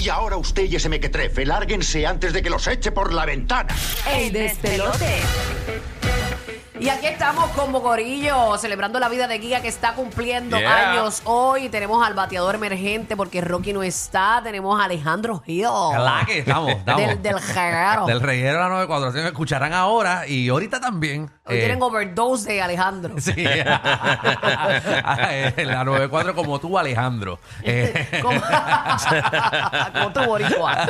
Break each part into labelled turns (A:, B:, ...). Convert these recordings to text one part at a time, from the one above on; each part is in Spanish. A: Y ahora usted y ese mequetrefe, lárguense antes de que los eche por la ventana.
B: ¡El despelote! Y aquí estamos con Mogorillo, celebrando la vida de Giga que está cumpliendo
C: Yeah.
B: años hoy. Tenemos al bateador emergente porque Rocky no está. Tenemos a Alejandro Hill.
C: La que estamos, estamos.
B: Oh. Del, del Jagaro.
C: Del reguero de la 94. escucharán ahora y ahorita también.
B: Hoy
C: eh,
B: tienen overdose de Alejandro.
C: Sí. Eh, la 94 como tú, Alejandro. Eh,
B: Como, como tu boricua.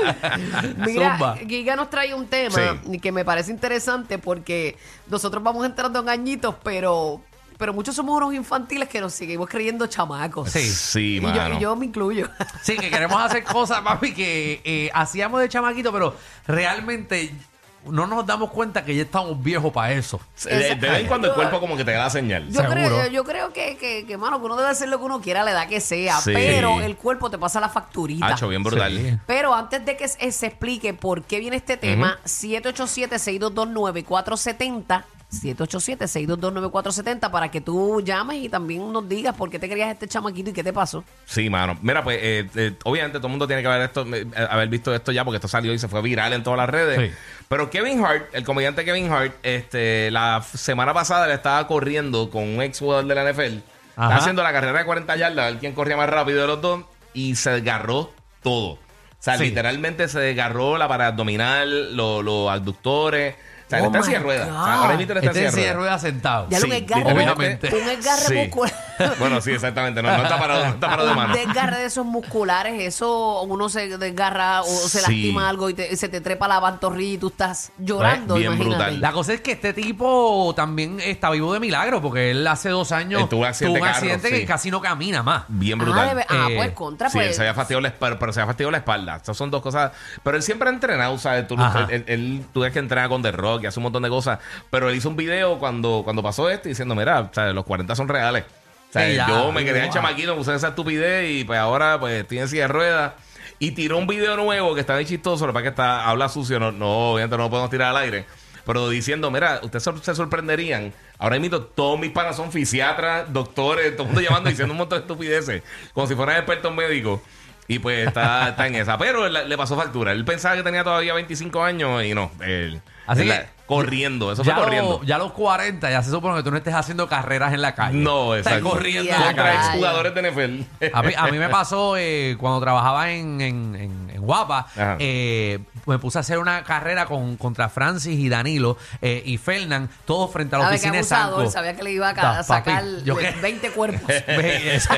B: Mira,
C: Zumba.
B: Giga nos trae un tema que me parece interesante porque nosotros vamos entrando en añitos, pero, pero muchos somos unos infantiles que nos seguimos creyendo chamacos.
C: Sí.
D: Sí,
B: Y yo,
D: mano.
B: y yo me incluyo.
C: sí, que queremos hacer cosas, papi, que eh, hacíamos de chamaquito, pero realmente no nos damos cuenta que ya estamos viejos para eso.
D: Eh, De, de vez en cuando el cuerpo como que te da la señal.
B: Yo
C: Seguro.
B: creo, yo, yo creo que, que, que, mano, que uno debe hacer lo que uno quiera a la edad que sea,
D: Sí.
B: pero el cuerpo te pasa la facturita.
D: Hacho, bien brutal.
C: Sí.
B: Pero antes de que se, se explique por qué viene este tema, 787-622-9470. 787-622-9470 para que tú llames y también nos digas por qué te querías este chamaquito y qué te pasó.
D: Sí, mano. Mira, pues, eh, eh, obviamente todo el mundo tiene que haber, esto, eh, haber visto esto ya porque esto salió y se fue viral en todas las
C: Sí.
D: redes. Pero Kevin Hart, el comediante Kevin Hart, este, la f- semana pasada le estaba corriendo con un ex jugador de la NFL.
C: Ajá.
D: Estaba haciendo la carrera de 40 yardas, a ver quién corría más rápido de los dos. Y se agarró todo. O sea,
C: Sí.
D: literalmente se desgarró la para abdominal, lo- los abductores. O sea, él
B: Oh
D: está en
B: my
D: silla de ruedas. O sea,
B: God.
D: ahora mismo él está en
C: Este
D: silla
C: es
D: de
C: de
D: ruedas.
C: ruedas sentado.
B: Ya lo
D: Sí,
B: que es garra
D: literalmente.
B: muscular- Un desgarre
D: Sí.
B: muscular.
D: Bueno, sí, exactamente. No, no está parado, no está parado de
B: Un
D: mano.
B: desgarre de esos musculares, eso uno se desgarra o se
D: Sí. Pues,
B: lastima algo y te- se te trepa la pantorrilla y tú estás llorando.
D: Bien
B: imagínate.
D: brutal.
C: La cosa es que este tipo también está vivo de milagro, porque él hace dos años
D: Eh, tuvo un accidente de carro,
C: accidente que
D: sí.
C: casi no camina más.
D: Bien
B: Ah,
D: brutal.
B: de ver- Ah,
C: Eh,
B: pues contra,
D: Sí, él
B: pues.
D: se había fastidiado la espalda, pero se había fastidiado la espalda. Estas son dos cosas. Pero él siempre ha entrenado, ¿sabes? Tú,
C: Ajá.
D: él, él- él- tú ves que entrena con The Rock y hace un montón de cosas. Pero él hizo un video cuando, cuando pasó esto diciendo, mira, ¿sabes? los 40 son reales. O sea,
C: Sí, ya.
D: yo me quedé
C: Wow.
D: en chamaquito, puse esa estupidez y pues ahora pues estoy en silla de ruedas. Y tiró un video nuevo que está bien chistoso, lo que pasa es que está, habla sucio, no, no, obviamente no lo podemos tirar al aire. Pero diciendo, mira, ustedes sor- se sorprenderían. Ahora mismo todos mis panas son fisiatras, doctores, todo el mundo llamando diciendo un montón de estupideces, como si fueran expertos médicos. Y pues está, está en esa. Pero la- le pasó factura. Él pensaba que tenía todavía 25 años y no. Él,
C: Así
D: él
C: que-
D: la- corriendo, eso fue
C: Ya, lo-
D: corriendo.
C: ya a los 40 ya se supone que tú no estés haciendo carreras en la calle.
D: No,
C: Estás
D: exacto.
C: corriendo en la
D: Contra
C: calle.
D: exjugadores de NFL.
C: A mí, a mí me pasó eh, cuando trabajaba en, en- en- en Guapa,
D: Ajá.
C: eh, me puse a hacer una carrera con, contra Francis y Danilo eh, y Fernán, todos frente a la
B: Sabía que
C: oficina de
B: abusador,
C: Sanco.
B: sabía que le iba a ca-
C: Da,
B: a
C: papi,
B: sacar
C: yo
B: pues,
C: qué-
B: 20 cuerpos.
C: Ve, eso,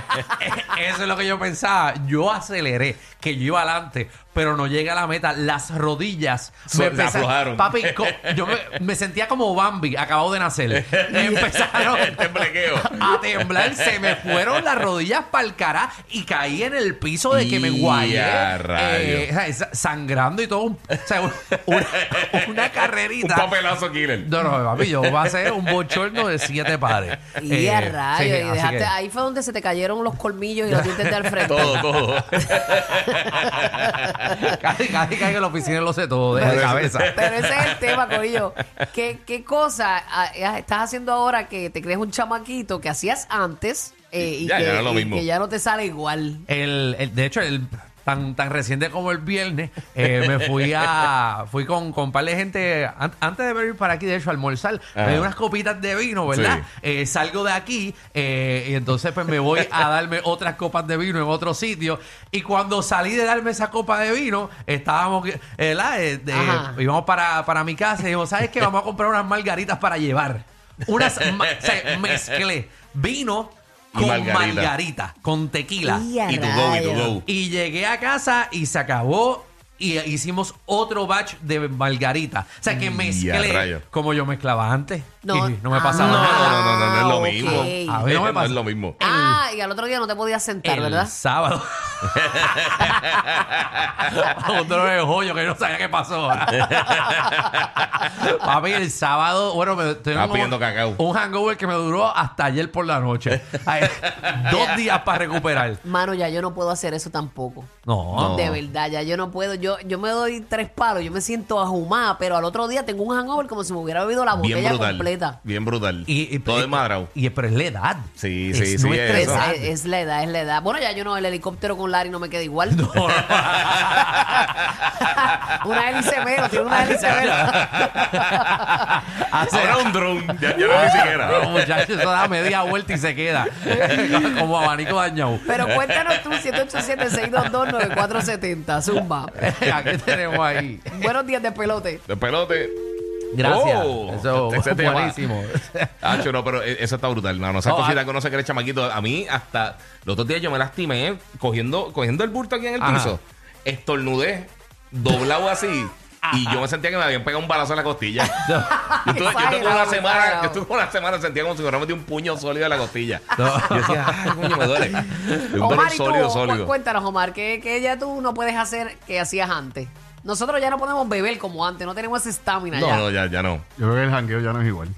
C: eso es lo que yo pensaba. Yo aceleré, que yo iba adelante, pero no llegué a la meta. Las rodillas
D: Se- se aflojaron.
C: Papi, co- yo me, me sentía como Bambi, acabado de nacer. Empezaron
D: El temblequeo.
C: a temblar, se me fueron las rodillas para el cara y caí en el piso de que me guayé.
D: Y a rayos.
C: eh, o sea, sa- sangrando y todo. un- o sea, un- una, una
D: Un
C: carrerita.
D: papelazo killer.
C: No, no, papi, yo va a ser un bochorno de siete pares.
B: Y a
C: Eh,
B: rayos,
C: sí,
B: y
C: así
B: dejaste,
C: que-
B: ahí fue donde se te cayeron los colmillos y los dientes de al frente.
D: Todo, todo.
C: casi, casi caigo en la oficina y lo sé todo, de, de cabeza.
B: Pero ese es el tema, Corillo. ¿Qué, qué cosa ah, ah, estás haciendo ahora que te crees un chamaquito que hacías antes eh, y,
D: Ya,
B: que,
D: ya no es lo
B: y
D: mismo.
B: que ya no te sale igual?
C: El, el- de hecho, el, tan, tan reciente como el viernes, eh, me fui a fui con, con un par de gente, an- antes de venir para aquí, de hecho, a almorzar, me di unas copitas de vino, ¿verdad?
D: Sí.
C: Eh, salgo de aquí eh, y entonces pues me voy a darme otras copas de vino en otro sitio. Y cuando salí de darme esa copa de vino, estábamos, eh, ¿verdad? Eh, de-
B: Ajá.
C: íbamos para, para mi casa y dijimos, ¿sabes qué? Vamos a comprar unas margaritas para llevar. Unas, ma- o sea, mezclé vino
D: Y
C: con margarita.
D: margarita.
C: con tequila.
B: a
D: y tu go, y tu
B: rayos.
D: go.
C: Y llegué a casa y se acabó. Y hicimos otro batch de margarita. O sea que
D: Mm,
C: mezclé
D: rayos.
C: como yo mezclaba antes.
B: No.
C: y no me pasaba
D: No,
C: nada.
D: no, no, no, no, no es lo
B: Ah,
D: mismo.
B: ok.
C: A mí no me
D: Eh,
C: pasa.
D: es lo mismo.
B: Ah, y al otro día no te podías sentar,
C: el
B: ¿verdad?
C: sábado. Un dolor de joyo que yo no sabía qué pasó. Papi, el sábado, bueno, me tengo
D: Estaba pidiendo cacao.
C: un hangover que me duró hasta ayer por la noche. Ay, dos días para recuperar.
B: Mano, ya yo no puedo hacer eso tampoco.
C: No.
B: De verdad, ya yo no puedo. Yo, yo me doy tres palos, yo me siento ajumada, pero al otro día tengo un hangover como si me hubiera bebido la
D: Bien
B: botella
D: brutal.
B: completa.
D: Bien brutal.
C: Y, y-
D: Todo
C: y-
D: es madrado.
C: Y, pero es la edad.
D: Sí,
C: Es
D: sí, sí,
C: nuestra
D: eso.
B: Es,
C: edad.
B: es- es la edad, es la edad. Bueno, ya yo no, el helicóptero con hablar y no me queda igual. una hélice menos, tiene una hélice menos.
D: Ahora un dron. Ya, ya no ni siquiera.
C: Ah, No, muchachos, eso da media vuelta y se queda. Como abanico dañado.
B: Pero cuéntanos tú, 787-622-9470, Zumba.
C: Aquí tenemos ahí.
B: Buenos días de pelote.
D: De pelote.
C: Gracias.
D: Oh,
C: eso
D: ese
C: es
D: tema.
C: buenísimo.
D: Hacho, no, pero eh, eso está brutal. No, no, esa
C: No,
D: cosita
C: ah-
D: que uno se cree chamaquito. A mí, hasta los otros días yo me lastimé eh, cogiendo, cogiendo el bulto aquí en el
C: Ajá.
D: piso. Estornudé, doblado así. Y yo me sentía que me habían pegado un balazo en la costilla. yo estuve, yo estuve
B: Exagerado,
D: una semana,
B: exagerado.
D: yo estuve una semana sentía como si me hubiera metido un puño sólido en la costilla.
C: No.
D: Yo decía, ay, coño, me duele. Un dolor
B: Omar, y tú,
D: sólido,
B: cu-
D: sólido.
B: cuéntanos, Omar, ¿qué, qué ya tú no puedes hacer que hacías antes? Nosotros ya no podemos beber como antes, no tenemos esa estamina
D: No,
B: ya.
D: no, ya, ya no.
E: Yo creo que el jangueo ya no es igual.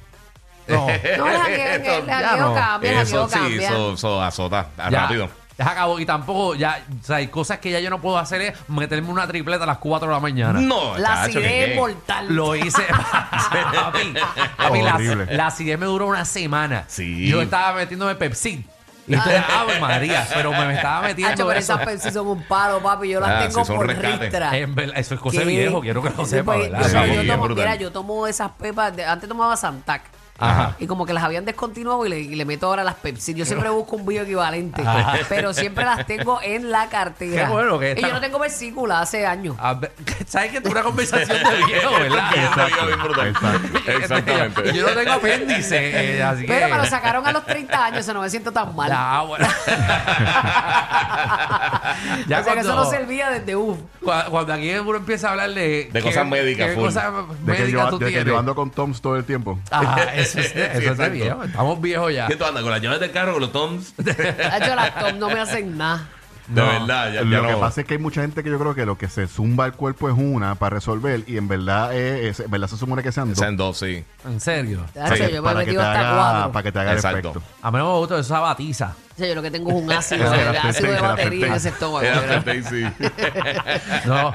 C: No,
B: No, el jangueo- el
D: Eso ya
B: jangueo
C: no.
B: cambia, el jangueo
D: Eso sí,
B: cambia.
D: eso, eso azota. Ah,
C: ya,
D: Rápido.
C: Ya se acabó. Y tampoco, ya, o sea, hay cosas que ya yo no puedo hacer es meterme una tripleta a las 4 de la mañana.
D: No,
B: La
D: chacho, ¿qué,
B: acidez
D: qué?
B: es mortal.
C: Lo hice. papi, papi, la,
E: Horrible.
C: la acidez me duró una semana.
D: Sí.
C: Yo estaba metiéndome Pepsi. Y tú, ave María, pero me estaba
B: Ah. Hacho,
C: metiendo
B: pero
C: eso.
B: esas Pepsi son un palo, papi. Yo las
D: Ah,
B: tengo
D: sí, son
B: por
D: rescate.
B: ristra.
C: En verdad, eso es cosa de
B: ¿Qué?
C: viejo, quiero que lo
B: Sí,
C: sepa,
B: pues,
C: ¿verdad?
B: Yo,
D: Sí,
B: yo
D: es
B: tomo,
D: brutal.
B: mira, yo tomo esas pepas. de- antes tomaba Santac.
C: Ajá.
B: Y como que las habían descontinuado y le, y le meto ahora las Pepsi. Yo siempre busco un bioequivalente. Pero siempre las tengo en la cartera.
C: Qué bueno
B: y
C: que esta-
B: yo no tengo versícula hace años.
C: A ver, ¿Sabes que es una conversación de viejo, verdad?
D: Exacto, bien brutal. Exactamente.
C: Yo no tengo apéndice, eh, así
B: Pero
C: que...
B: me lo sacaron a los 30 años, eso no me siento tan mal.
C: Ah, bueno.
B: o sea que eso no servía desde uff.
C: Cua- Cuando aquí uno empieza a hablar de...
D: De cosas médicas,
C: ¿Qué
D: full.
C: cosas
E: De, que
C: médicas
E: yo,
C: tú
E: de que
C: tienes?
E: yo ando con Toms todo el tiempo.
C: Ajá, eso es, eso es de
D: exacto.
C: viejo. Estamos viejos ya.
D: ¿Qué tú andas con las llaves del carro con los toms? De
B: Hacho, las Tom no me hacen nada.
D: verdad, Ah, ya, ya
E: lo
D: no.
E: que pasa es que hay mucha gente que yo creo que lo que se zumba el cuerpo es una para resolver y en verdad es, es- en verdad se supone que sean dos.
D: Sean dos, sí.
C: En serio.
B: Hacho, yo me he
E: para, que te
B: metido hasta
E: haga,
B: cuatro.
E: para que te haga el
D: Exacto.
E: efecto.
C: A mí no me gusta esa batiza.
B: O sea, yo lo que tengo es un ácido,
E: Era
B: de- ácido de
E: perfecto, era
B: batería en
E: perfecto.
B: ese estómago.
D: Era
B: ¿verdad?
D: perfecto, sí.
C: No.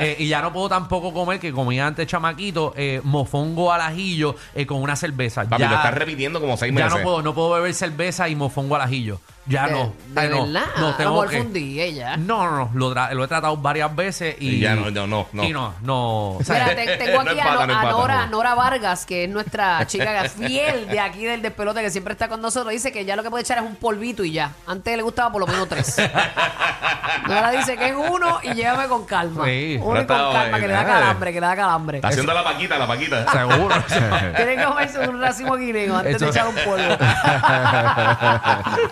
C: Eh, y ya no puedo tampoco comer, que comía antes chamaquito, eh, mofongo al ajillo eh, con una cerveza.
D: Papi,
C: ya,
D: lo estás repitiendo como seis
C: ya
D: meses.
C: no puedo, no puedo beber cerveza y mofongo al ajillo. Ya
B: De-
C: no.
B: de
C: Ay, no.
B: verdad. a
C: No
B: lo eh,
C: tengo
B: mejor
C: que...
B: fundí ella.
C: No, no, no. Lo, tra- lo he tratado varias veces y...
D: Y ya no, no, no, no.
C: Y no, no. O sea,
B: Mira, te- tengo
D: No
B: aquí a, No-
D: empata, no
B: a
D: empata,
B: Nora,
D: no.
B: Nora Vargas, que es nuestra chica fiel de aquí del despelote que siempre está con nosotros. Dice que ya lo que puede echar es un polvito y ya. Antes le gustaba por lo menos tres. Nora dice que es uno y llévame con calma.
C: Sí.
B: uno y con
D: Está
B: calma, que le da
D: buena.
B: calambre, que le da calambre.
D: Está haciendo la paquita, la paquita.
C: seguro.
B: Tiene que comerse un racimo de guineo antes de
C: Eso-
B: echar un polvo.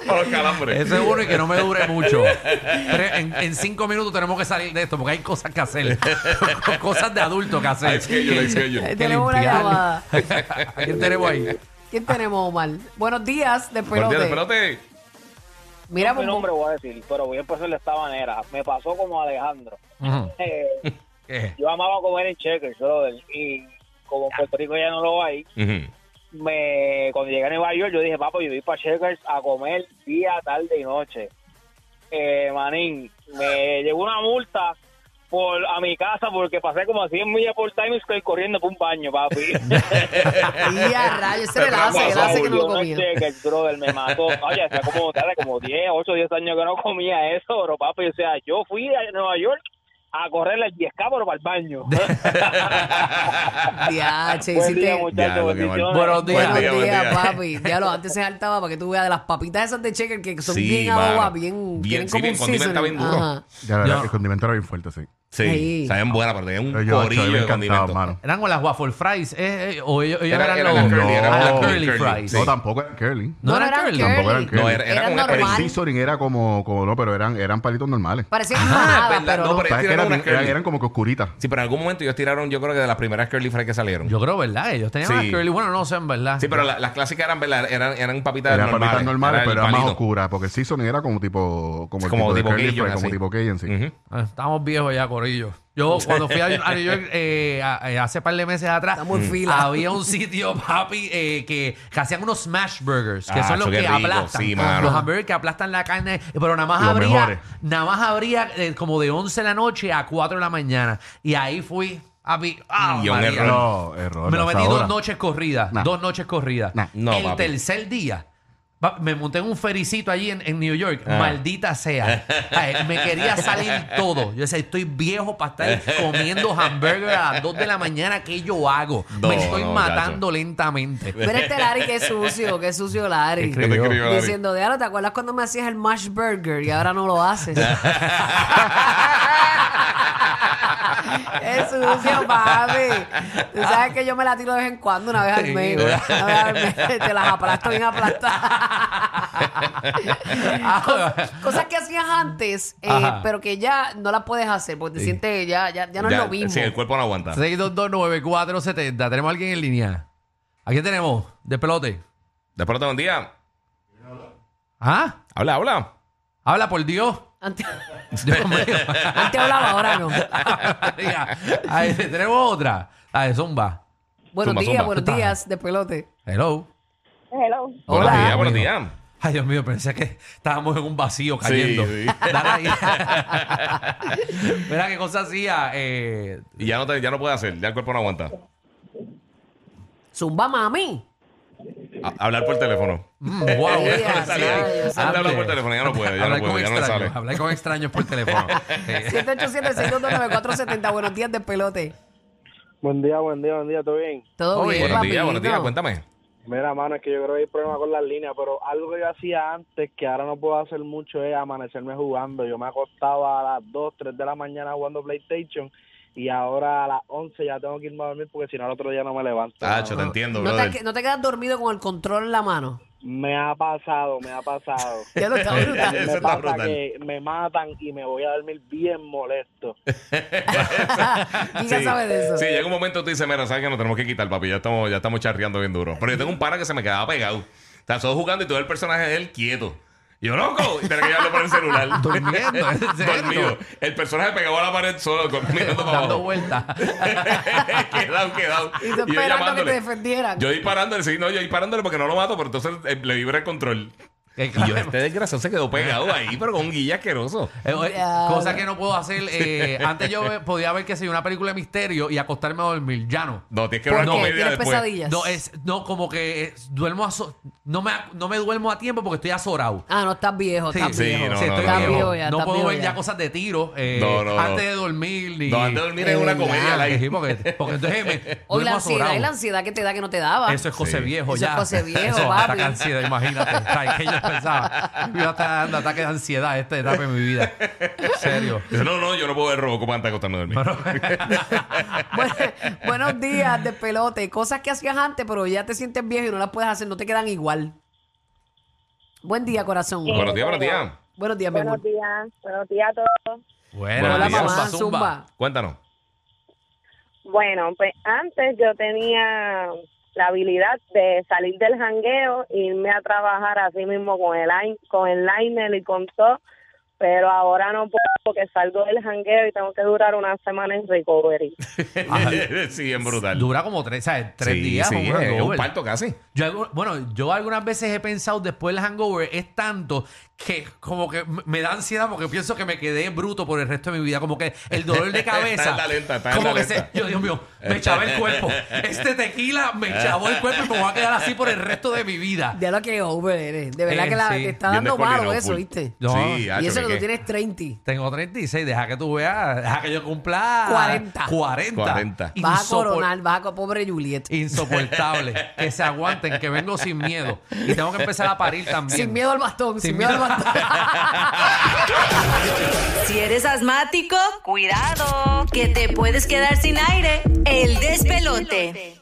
D: Con los calambres.
C: Ese es uno y que no me dure mucho. Tres- en, en cinco minutos tenemos que salir de esto porque hay cosas que hacer. cosas de adulto que hacer.
D: Es que yo, es que yo.
C: Hay que
B: Tenemos una
C: limpiar.
B: llamada.
C: ¿A quién tenemos ahí?
B: ¿Quién tenemos, Omar? Buenos días,
D: Buenos
B: despelote.
D: días, espérate.
B: Mira,
F: mi
B: Bombón.
F: nombre voy a decir, pero voy a empezar de esta manera. Me pasó como a Alejandro.
C: Ujú.
F: Eh,
C: ¿Qué?
F: yo amaba comer en Checkers, brother, y como en Puerto Rico ya no lo hay,
D: Ujú.
F: me, cuando llegué a Nueva York, yo dije, papá, yo voy para Checkers a comer día, tarde y noche. Eh, manín, me llegó una multa por a mi casa porque pasé como a 100 millas por Times Square corriendo por un baño, papi.
B: Y a rayos, ese le
D: Te
B: hace,
D: traspasó,
B: le hace que no lo
F: Yo
B: comía.
F: sé Este, que el brother me mató. Oye, hacía como, tarde, como 10, 8, 10 años que no comía eso, pero papi, o sea, yo fui a Nueva York a correr el 10 pero para el baño.
B: Diache,
F: Buen día,
B: hiciste.
D: Ya,
F: muchachos,
D: lo que mal.
F: bendiciones.
C: Buenos días.
B: Buenos días,
D: Buen día, buen día.
B: papi. Ya lo antes se saltaba para que tú veas de las papitas esas de checker que son
D: Sí,
B: bien adobadas,
D: mano.
B: bien.
D: Bien,
B: tienen
D: sí,
B: como
D: bien
B: un
D: condimenta,
B: seasoning.
D: bien duro.
B: Ajá.
E: Ya, la verdad,
C: Yo-
E: el condimento era bien fuerte, sí.
D: Sí,
B: Ahí.
D: saben buena, pero tenía un
E: Pero yo, yo
D: corillo
E: me
D: de
E: encantaba,
D: condimentos.
E: mano.
C: ¿Eran con las waffle fries? Eh, eh, ¿O ellos, ellos
D: Era-
C: eran,
D: eran
C: los
D: las curly,
E: eran
C: las
E: las
C: curly,
D: curly,
C: fries?
D: sí.
E: No, tampoco era curly.
C: No, eran curly.
E: Tampoco eran curly.
D: No, era- era
B: Eran
D: como una
E: El
B: normal.
E: seasoning era como, como no, pero eran, eran palitos normales.
B: Parecían
D: Ah,
B: mamadas,
D: verdad,
B: pero.
D: no,
B: no.
D: pero-
E: ¿Sabes que
D: eran
E: eran,
D: unas
E: bien-
D: curly.
E: eran- eran como que oscuritas.
D: Sí, pero en algún momento ellos tiraron, yo creo que de las primeras curly fries que salieron.
C: Yo creo, ¿verdad? Ellos tenían
D: Sí.
C: las curly. Bueno, no sé, en verdad.
D: Sí, pero la- las clásicas eran, ¿verdad? eran, eran papitas
E: Eran
D: normales.
E: palitas normales,
D: Era el
E: pero eran más
D: palito.
E: oscuras, porque el seasoning era como tipo. Como, el
D: Como
E: tipo, de
D: tipo
E: curly
D: Cajun,
E: fry, como
D: así.
E: tipo Cajun, sí.
D: Ujú.
C: Ah, Estamos viejos ya, Corillo. Yo cuando fui a, a New York eh, a- eh, hace par de meses atrás,
B: Estamos en fila.
C: había un sitio, papi, eh, que, que hacían unos smash burgers, que
D: Ah,
C: son los
D: eso
C: que
D: qué rico,
C: aplastan.
D: sí, mano.
C: los hamburgers que aplastan la carne, pero nada más
E: Los
C: habría,
E: mejores.
C: nada más habría eh, como de 11 de la noche a 4 de la mañana. Y ahí fui, papi. ¡ah,
D: Y un
C: María!
D: error.
E: No, error.
C: Me lo
E: hasta
C: metí dos
E: ahora.
C: noches corridas.
E: Nah.
C: Dos noches corridas.
E: Nah.
D: No,
C: el
D: papi.
C: tercer día. Va- me monté en un fericito allí en, en New York.
D: Ah.
C: Maldita sea. Ay, me quería salir todo. Yo decía, estoy viejo para estar comiendo hamburger a las 2 de la mañana. ¿Qué yo hago?
D: No,
C: me estoy
D: no,
C: matando lentamente.
B: Pero este Larry, qué sucio, qué sucio Larry.
D: ¿Qué te
C: Yo-
D: escribió, Larry?
B: Diciendo, diablo, ¿te acuerdas cuando me hacías el mash burger y ahora no lo haces? es sucio, papi. Tú sabes que yo me la tiro de vez en cuando, una vez al mes. Una vez al mes. Te las aplasto bien aplastadas. Cos- cosas que hacías antes, eh,
C: Ajá.
B: pero que ya no las puedes hacer porque te sientes ya, ya, ya no es lo mismo.
D: Sí, el cuerpo no aguanta.
C: 6229470. ¿Tenemos a alguien en línea? ¿A quién tenemos? De pelote.
D: De pronto, buen día.
C: ¿Ah?
D: Habla, habla.
C: Habla por Dios.
B: Antes,
C: Dios mío.
B: antes hablaba, ahora no.
C: Mira, ahí tenemos otra. La de Zumba.
B: Buenos
D: Zumba,
B: días,
D: zumba.
B: buenos días, de pelote.
C: Hello.
G: Hello.
D: Buenos
B: Hola.
D: días, buenos
C: Amigo.
D: días.
C: Ay, Dios mío, pensé que estábamos en un vacío cayendo.
D: Sí,
C: Dale ahí. Mira qué cosa hacía. eh,
D: Y ya no, te, ya no puede hacer, ya el cuerpo no aguanta.
B: Zumba, mami.
D: A- hablar por teléfono.
C: mm, wow.
B: Sí,
C: eso
B: ya,
C: hacía.
B: ya, ya, ya.
D: Habla por teléfono, ya no puede, ya no
C: Hablar con
D: puede, ya no le
C: extraños,
D: sale.
C: Hablar con extraños por teléfono. Eh, Sí.
B: 787-629-470. Buenos días, de pelote.
F: Buen día, buen día, buen día, ¿todo bien?
B: Todo
C: Oye,
B: bien,
D: buenos días, buenos
B: papito?
D: días, cuéntame.
F: Mira, mano, es que yo creo que hay problema con las líneas, pero algo que yo hacía antes, que ahora no puedo hacer mucho, es amanecerme jugando. Yo me acostaba a las 2, 3 de la mañana jugando PlayStation y ahora a las 11 ya tengo que irme a dormir porque si no, al otro día no me levanto.
D: Tacho, te
F: mano.
D: entiendo,
B: ¿No te,
D: brother.
B: ¿No te quedas dormido con el control en la mano?
F: Me ha pasado, me ha pasado.
B: Ya lo está brutal.
D: Eso
F: me
D: está
F: pasa
D: brutal.
F: que me matan y me voy a dormir bien molesto.
B: ¿Quién ya sabe de eso?
D: Sí, llega un momento que tú dices, mira, sabes que nos tenemos que quitar, papi, ya estamos, ya estamos charreando bien duro. Pero yo tengo un pana que se me quedaba pegado. Estaba solo jugando y todo el personaje de él quieto. Y Yo loco, y tenía que llevarlo por el celular.
C: Durmiendo, ¿en serio?
D: Dormido. El personaje pegado a la pared solo, con- mirando para
C: Dando
D: abajo.
C: vueltas.
D: quedado, quedado.
B: Y tú
D: yo
B: esperando que te
D: llamándole.
B: defendieran.
D: Yo disparándole, sí, no, yo disparándole porque no lo mato, pero entonces eh, le vibra el control.
C: Qué
D: Y yo,
C: claro.
D: este desgraciado se quedó pegado ahí, pero con un guilla asqueroso.
C: Eh, oye,
B: Ya.
C: cosa que no puedo hacer. eh, antes yo ve- podía ver que sé yo, una película de misterio y acostarme a dormir. Ya no.
D: No, tienes que
B: ¿Por
D: ver
B: qué?
D: una comedia
B: ¿Tienes
D: después.
B: pesadillas?
C: No, es, no, como que eh, duermo a so- no, me, ac- no me duermo a tiempo porque estoy azorado.
B: Ah, no, estás viejo, estás
D: sí,
B: viejo.
D: no,
C: Sí,
D: no,
C: estoy viejo.
D: no, no.
B: Estás viejo ya,
C: No
B: estás
C: puedo
B: viejo
C: ver ya
B: ya.
C: cosas de tiro eh,
D: No, no, no.
C: antes de dormir. Ni,
D: No, antes de dormir es una
B: verdad.
D: comedia
C: Ah,
D: live.
C: sí, porque, porque entonces me
B: Hoy
C: duermo
B: la ansiedad,
C: azorado.
B: y la ansiedad que te da que no te daba.
C: Eso es José
D: Sí.
C: Viejo
B: Eso
C: ya.
B: es José Viejo,
C: Eso me ataca
B: papi.
C: ansiedad, imagínate. O sea, que yo pensaba, me iba a estar dando ataque de ansiedad a esta etapa de mi vida. En serio.
D: Dice, no, no, yo no puedo ver Robocop antes de acostarme a dormir.
B: Bu- buenos días, de pelote. Cosas que hacías antes, pero ya te sientes viejo y no las puedes hacer, no te quedan igual. Buen día, corazón.
G: Eh,
D: buenos días, buenos días.
B: Buenos días, mi amor.
G: Buenos días, buenos días a todos.
C: Bueno,
D: Hola,
C: zumba,
B: mamá,
C: zumba.
B: zumba.
D: Cuéntanos.
G: Bueno, pues antes yo tenía la habilidad de salir del jangueo, irme a trabajar así mismo con el line- con el liner y con todo, pero ahora no puedo porque salgo del jangueo y tengo que durar una semana en recovery.
D: sí, es brutal.
C: Dura como tres, ¿sabes? Tres
D: Sí,
C: días.
D: sí,
C: un
D: es
C: hangover.
D: un parto casi.
C: Yo, algu- bueno, yo algunas veces he pensado después del hangover es tanto que como que m- me da ansiedad porque pienso que me quedé bruto por el resto de mi vida. Como que el dolor de cabeza.
D: Está en la lenta, está en
C: como
D: la
C: que
D: lenta.
C: se- yo, Dios mío, me chava el cuerpo. Este tequila me chavó el cuerpo y me voy a quedar así por el resto de mi vida.
B: Ya lo que over eres. De verdad
C: Eh,
B: que la,
C: sí.
B: te está
D: Bien
B: dando malo
D: descoordinado,
B: eso,
D: full.
B: ¿viste?
C: No.
D: Sí, ah,
B: y
D: hacho,
B: eso que
D: qué.
B: tú tienes 30.
C: Tengo 36, deja que tú veas, deja que yo cumpla
B: 40.
C: 40.
D: 40.
B: Vas a
C: Insopor-
B: coronar, vas a co- pobre Juliet.
C: Insoportable. que se aguanten, que vengo sin miedo. Y tengo que empezar a parir también.
B: Sin miedo al bastón, sin,
C: Sin
B: miedo,
C: miedo.
B: al bastón.
H: Si eres asmático, cuidado, que te puedes quedar sin aire. El despelote.